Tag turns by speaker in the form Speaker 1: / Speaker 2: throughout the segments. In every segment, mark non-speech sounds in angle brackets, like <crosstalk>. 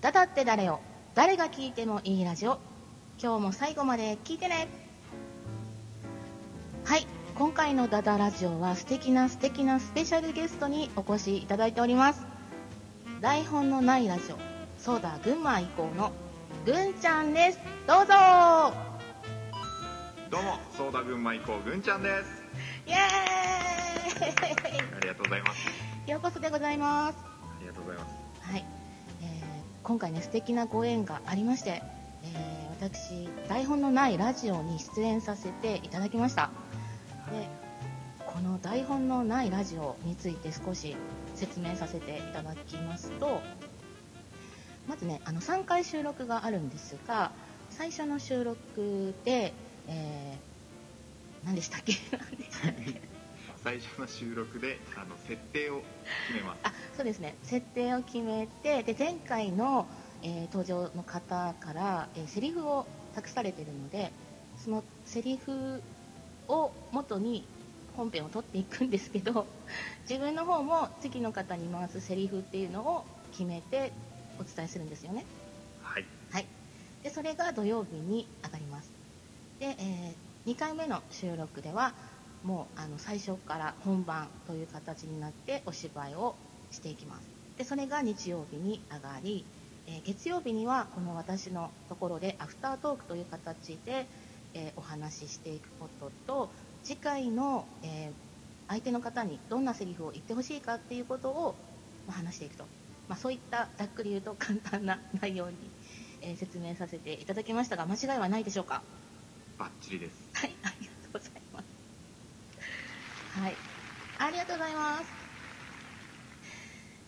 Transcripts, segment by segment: Speaker 1: だだって誰を誰が聞いてもいいラジオ今日も最後まで聞いてねはい今回のダダラジオは素敵な素敵なスペシャルゲストにお越しいただいております台本のないラジオそうだ群馬以降のぐんちゃんですどうぞ
Speaker 2: どうも、ソーダ群馬以降、ぐんちゃんです。
Speaker 1: イエー
Speaker 2: ありがとうございます。
Speaker 1: イ <laughs> ようこそでございます
Speaker 2: ありがとうございます。
Speaker 1: はい、えー今回ね素敵なご縁がありまして、えー私台本のないラジオに出演させていただきましたでこの台本のないラジオについて少し説明させていただきますとまずねあの3回収録があるんですが最初の収録で、えー何でしたっけ <laughs> 何でしたっけ
Speaker 2: 最初の収録で、あの、設定を決めます。
Speaker 1: あそうですね設定を決めてで前回の、えー登場の方から、えーセリフを託されているのでそのセリフを元に本編を取っていくんですけど <laughs> 自分の方も次の方に回すセリフっていうのを決めてお伝えするんですよね
Speaker 2: はい。
Speaker 1: はい、でそれが土曜日に上がりますで、え2回目の収録ではもうあの最初から本番という形になってお芝居をしていきますでそれが日曜日に上がり、えー月曜日にはこの私のところでアフタートークという形で、えーお話ししていくことと次回の、えー相手の方にどんなセリフを言ってほしいかっていうことをまあ話していくと、まあ、そういったざっくり言うと簡単な内容にえー説明させていただきましたが間違いはないでしょうか <laughs>
Speaker 2: バッチリです。
Speaker 1: はいありがとうございますはいありがとうございます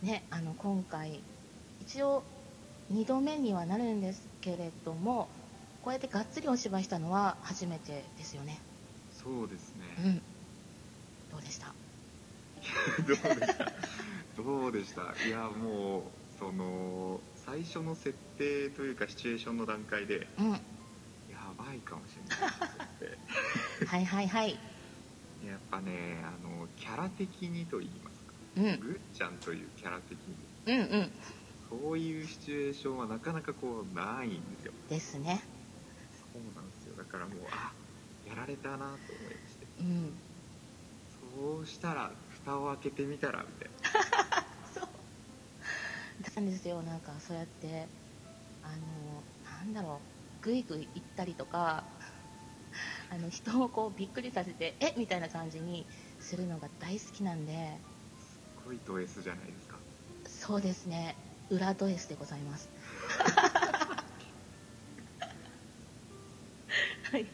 Speaker 1: ねあの今回一応2度目にはなるんですけれどもこうやってがっつりお芝居したのは初めてですよね
Speaker 2: そうですね
Speaker 1: う。んどうでした
Speaker 2: <laughs> どうでした <laughs> どうでしたいや、もう、その、最初の設定というか、シチュエーションの段階で、
Speaker 1: うん
Speaker 2: やばいかもしれない <laughs> と思っ
Speaker 1: はいはいはい
Speaker 2: て。やっぱね、あの、キャラ的にと言いますか、
Speaker 1: うん
Speaker 2: ぐんちゃんというキャラ的に、
Speaker 1: うんうん
Speaker 2: そういうシチュエーションはなかなかこう、ないんですよ。
Speaker 1: ですね
Speaker 2: そうなんですよだからもうあやられたなと思いまして
Speaker 1: うん
Speaker 2: そうしたら蓋を開けてみたらみたいな
Speaker 1: だったんですよなんかそうやってあのなんだろうぐいぐい行ったりとかあの人をこうびっくりさせてえみたいな感じにするのが大好きなんで
Speaker 2: 恋と S じゃないですか
Speaker 1: そうですね裏ドエスでございますはい
Speaker 2: いや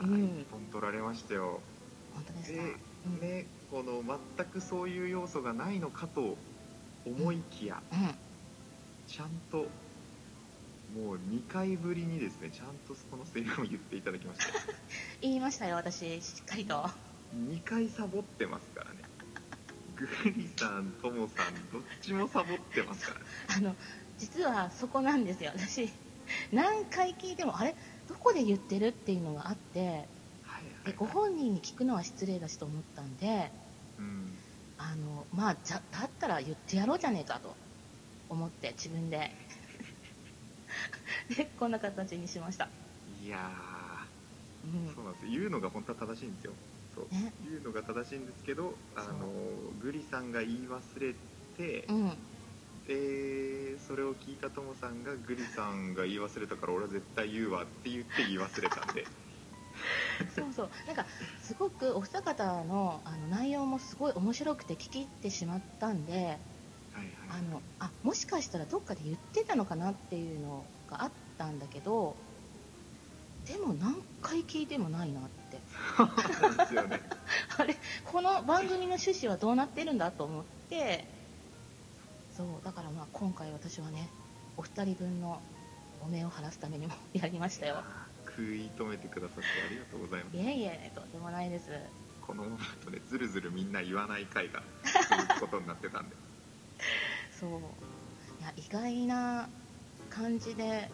Speaker 2: ー、
Speaker 1: うん
Speaker 2: 一本取られましたよ
Speaker 1: 本当です
Speaker 2: で
Speaker 1: か、うん、
Speaker 2: ねこの全くそういう要素がないのかと思いきや
Speaker 1: う
Speaker 2: ちゃんともう2回ぶりにですねちゃんとこのセリフを言っていただきました
Speaker 1: ん、言いましたよ私しっかりと
Speaker 2: 2回サボってますからねグリさんともさんどっちもサボってますからね
Speaker 1: あの実はそこなんですよ私何回聞いてもあれどこで言ってるっていうのがあって
Speaker 2: はい
Speaker 1: でご本人に聞くのは失礼だしと思ったんで
Speaker 2: うん
Speaker 1: あのまあじゃだったら言ってやろうじゃねえかと思って自分で <laughs> でこんな形にしました、
Speaker 2: いやー
Speaker 1: うん
Speaker 2: そうなんですよ言うのが本当は正しいんですよそう
Speaker 1: ね
Speaker 2: 言うのが正しいんですけどあ
Speaker 1: そう
Speaker 2: のグリさんが言い忘れて、
Speaker 1: うん、
Speaker 2: でそれを聞いたともさんがグリさんが言い忘れたから俺は絶対言うわって言って言い忘れたんで
Speaker 1: そうそうなんかすごくお二方のあの内容もすごい面白くて聞き入ってしまったんで
Speaker 2: <laughs> はい
Speaker 1: あ
Speaker 2: はい
Speaker 1: のあもしかしたらどっかで言ってたのかなっていうのがあったんだけどでも何回聞いてもないなって
Speaker 2: <laughs> そうなんですよね
Speaker 1: あれ <laughs> この番組の趣旨はどうなってるんだと思ってそうだからまあ今回私はねお二人分の汚名を晴らすためにもやりましたよ
Speaker 2: あー食い止めてくださってありがとうございま
Speaker 1: い
Speaker 2: す
Speaker 1: えいえとんでもないです
Speaker 2: このままだとねずるずるみんな言わない回 <laughs> が続くことになってたんで
Speaker 1: そういや意外な感じで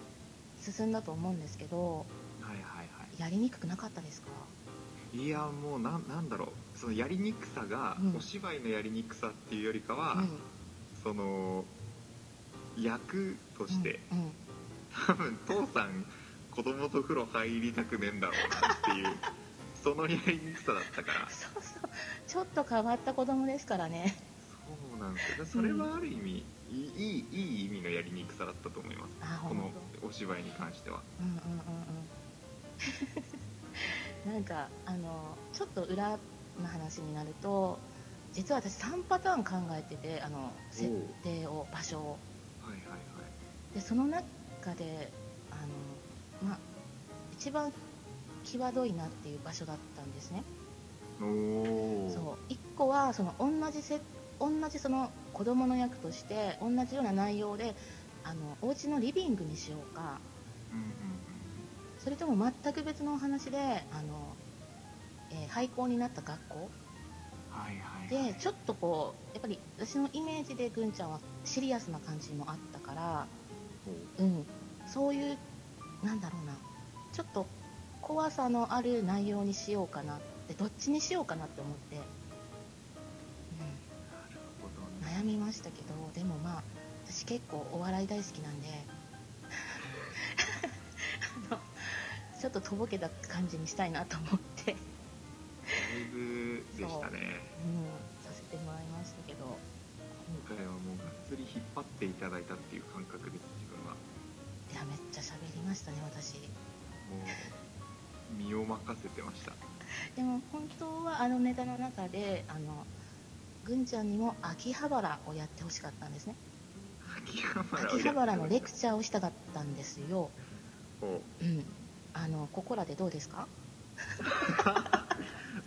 Speaker 1: 進んだと思うんですけど
Speaker 2: はいはいは
Speaker 1: やりにくくなかったですか
Speaker 2: いいやもうなんなんだろうそのやりにくさが、
Speaker 1: うん
Speaker 2: お芝居のやりにくさっていうよりかは、
Speaker 1: うん
Speaker 2: その役として、
Speaker 1: うんうん
Speaker 2: 多分父さん子供と風呂入りたくねえんだろうなっていう <laughs> そのやりにくさだったから
Speaker 1: そうそうちょっと変わった子供ですからね
Speaker 2: そうなんですよそれはある意味、いいいいいい意味のやりにくさだったと思います
Speaker 1: あ
Speaker 2: この
Speaker 1: 本当
Speaker 2: お芝居に関しては
Speaker 1: うんうんうんうん <laughs> なんかあのちょっと裏の話になると実は私3パターン考えててあの設定を場所を
Speaker 2: はいはいはい
Speaker 1: でその中であの、まあ、一番際どいなっていう場所だったんですね
Speaker 2: おお
Speaker 1: そう1個はその同じせ同じその子供の役として同じような内容であのお家のリビングにしようか
Speaker 2: うんうん
Speaker 1: それとも全く別のお話であの、えー廃校になった学校
Speaker 2: うんはいはいはい
Speaker 1: でちょっとこうやっぱり私のイメージでぐんちゃんはシリアスな感じもあったから、
Speaker 2: ほ
Speaker 1: う
Speaker 2: う
Speaker 1: ん、そういうなんだろうなちょっと怖さのある内容にしようかなってどっちにしようかなって思って、う
Speaker 2: なる
Speaker 1: ん、
Speaker 2: ほどね
Speaker 1: 悩みましたけどでもまあ私結構お笑い大好きなんで <laughs> あのちょっととぼけた感じにしたいなと思って、
Speaker 2: だいぶでしたね
Speaker 1: うん、させてもらいましたけど、うん
Speaker 2: 今回はもうがっつり引っ張っていただいたっていう感覚です自分はい
Speaker 1: やめっちゃ喋りましたね私
Speaker 2: もう身を任せてました
Speaker 1: でも本当はあのネタの中であのぐんちゃんにも秋葉原をやってほしかったんですね
Speaker 2: 秋葉原をやってました
Speaker 1: 秋葉原のレクチャーをしたかったんですよ、
Speaker 2: ほう
Speaker 1: うん、あのここらでどうですか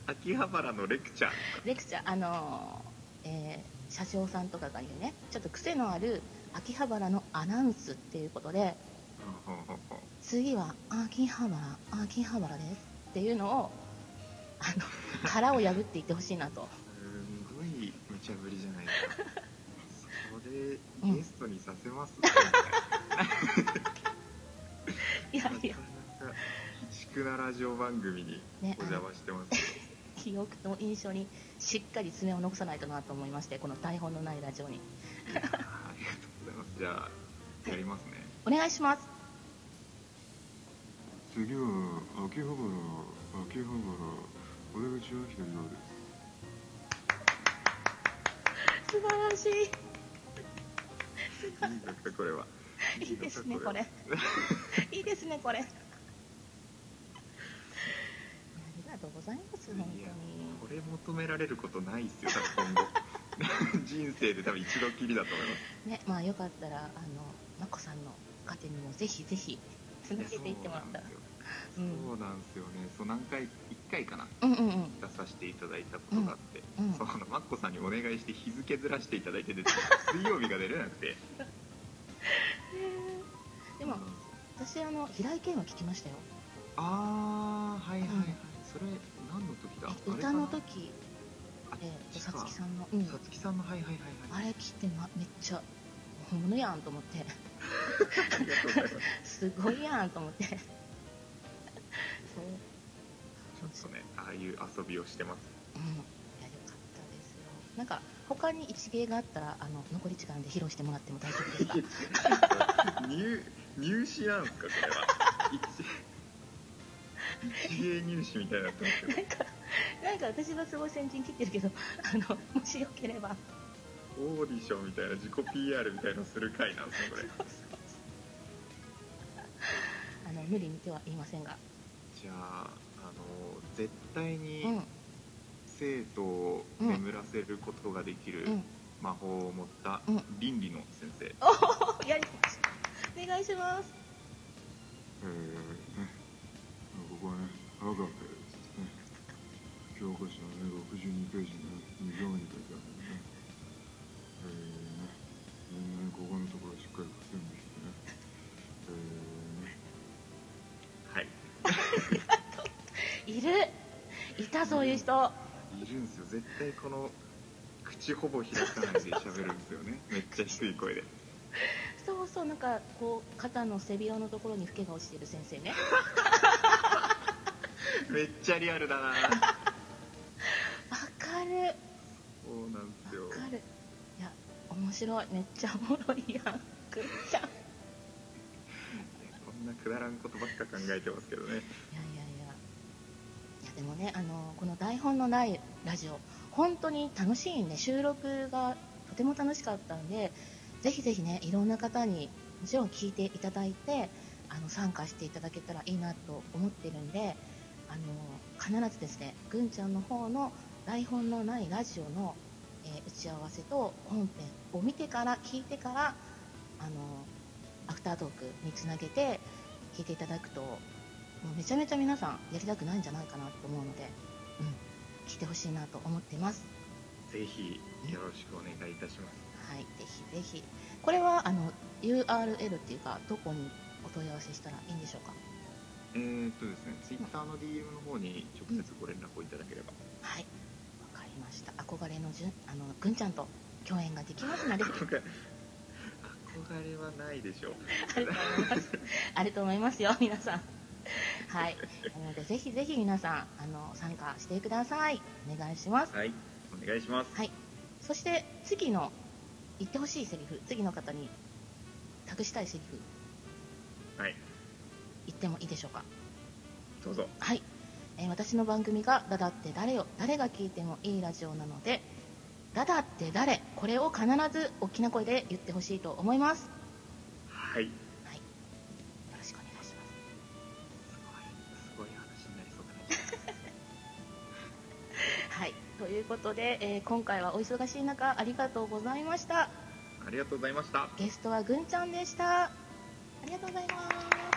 Speaker 2: 秋葉原のレクチャー
Speaker 1: レクチャーあの、えー車掌さんとかが言うねちょっと癖のある秋葉原のアナウンスっていうことで
Speaker 2: ほうほうほう
Speaker 1: 次は秋葉原秋葉原ですっていうのをあの殻を破っていってほしいなと
Speaker 2: すごい無茶ぶりじゃないですかそれ
Speaker 1: うん
Speaker 2: ゲストにさせます、
Speaker 1: <laughs> いや
Speaker 2: ない
Speaker 1: や
Speaker 2: かなか鬼畜なラジオ番組にお
Speaker 1: ねあ
Speaker 2: 邪
Speaker 1: の
Speaker 2: 魔してますよ、
Speaker 1: 記憶と印象にしっかり爪を残さないとなと思いましてこの台本のないラジオに
Speaker 2: ありがとうございますじゃあやりますね
Speaker 1: お願いします
Speaker 2: 次は秋葉原秋葉原俺が千秋のようです
Speaker 1: 素晴らしい
Speaker 2: いいですかこれはい
Speaker 1: いですねこれ <laughs> いいですねこれありがとうございます本
Speaker 2: いやこれ求められることないっすよ多分今後 <laughs> 人生で多分一度きりだと思います
Speaker 1: 当にねまあよかったらあのまこさんの家庭にもぜひぜひつなげていってもらったら
Speaker 2: そうなんですよねそう何回1回かな
Speaker 1: うんうんうん
Speaker 2: 出させていただいたことがあって、
Speaker 1: うんうん
Speaker 2: そのマッコさんにお願いして日付ずらしていただいてて水曜日が出れなくて
Speaker 1: でも私あの平井堅は聞きましたよ
Speaker 2: ああはいはいはい、
Speaker 1: うん
Speaker 2: それ何の時だ
Speaker 1: え歌の時
Speaker 2: あれ
Speaker 1: え
Speaker 2: か
Speaker 1: さつき
Speaker 2: ん
Speaker 1: さんの、うん
Speaker 2: さつきさんのはいはい
Speaker 1: あ
Speaker 2: はいは
Speaker 1: れ
Speaker 2: い
Speaker 1: 切って、ま、めっちゃ本物やんと思って <laughs>
Speaker 2: ありがとうございます
Speaker 1: すごいやんと思ってそう
Speaker 2: ちょっとねああいう遊びをしてます
Speaker 1: うんいやよかったですよなんか他に一芸があったらあの残り時間で披露してもらっても大丈夫ですか
Speaker 2: 入入試なんすかこれは一一芸入試みたいになってますけど
Speaker 1: なんか私はすごい先陣切ってるけど <laughs> あのもしよければ
Speaker 2: オーディションみたいな自己 PR みたいのする回なんですねこれ
Speaker 1: あの無理にとは言いませんが
Speaker 2: じゃああの絶対
Speaker 1: うんう
Speaker 2: に
Speaker 1: ん
Speaker 2: 生徒を眠らせることができる魔法を持った
Speaker 1: うん
Speaker 2: 倫理の先生、
Speaker 1: お <laughs> やりましたお願いします
Speaker 2: えここはね赤部教科書のね62ページの2行目に書いてあるんだねえねみんなねここのところしっかり準備してねはい
Speaker 1: いるいたそういう人
Speaker 2: いるんですよ絶対この口ほぼ開かないで喋るんですよね <laughs> めっちゃ低い声で
Speaker 1: そうそうなんかこう肩の背広のところにフケが落ちてる先生ね
Speaker 2: めっちゃリアルだ <laughs> な
Speaker 1: わかる
Speaker 2: そうなんですよ
Speaker 1: わかるいや面白いめっちゃおもろいやんくっちゃんい
Speaker 2: こんなくだらんことばっか考えてますけどね
Speaker 1: やいやいやいやでもねあのこの台本のないラジオ本当に楽しいんで収録がとても楽しかったんでぜひぜひねいろんな方にもちろん聞いていただいてあの参加していただけたらいいなと思ってるんであの必ずですねぐんちゃんの方の台本のないラジオの、えー打ち合わせと本編を見てから聞いてからあのアフタートークにつなげて聞いていただくともうめちゃめちゃ皆さんやりたくないんじゃないかなと思うので、うん、聞いてほしいなと思ってます。
Speaker 2: ぜひよろしくお願いいたします
Speaker 1: はい、ぜひぜひ。これはあの URL っていうかどこにお問い合わせしたらいいんでしょうか。
Speaker 2: えー、っとですねツイッターの DM の方に直接ご連絡をいただければ、
Speaker 1: はい、わかりました。憧れのじゅんあのぐんちゃんと共演ができます
Speaker 2: <laughs>
Speaker 1: ので、
Speaker 2: 憧れ憧れはないでしょう
Speaker 1: あると思います。あると思いますよ、皆さん。はい、なのでぜひぜひ皆さんあの参加してください。お願いします。
Speaker 2: はいお願いします
Speaker 1: はい。そして次の言ってほしいセリフ、次の方に託したいセリフ
Speaker 2: はい
Speaker 1: 言ってもいいでしょうか。
Speaker 2: どうぞ
Speaker 1: はい、えー私の番組が「ダダって誰よ誰が聞いてもいいラジオ」なので「ダダって誰?」これを必ず大きな声で言ってほしいと思いますよ
Speaker 2: はい
Speaker 1: ろしくお願いします
Speaker 2: すごいすごい話になりそうだ
Speaker 1: はいということで、えー今回はお忙しい中ありがとうございました
Speaker 2: なありがとうございました
Speaker 1: ゲストはぐんちゃんでしたありがとうございます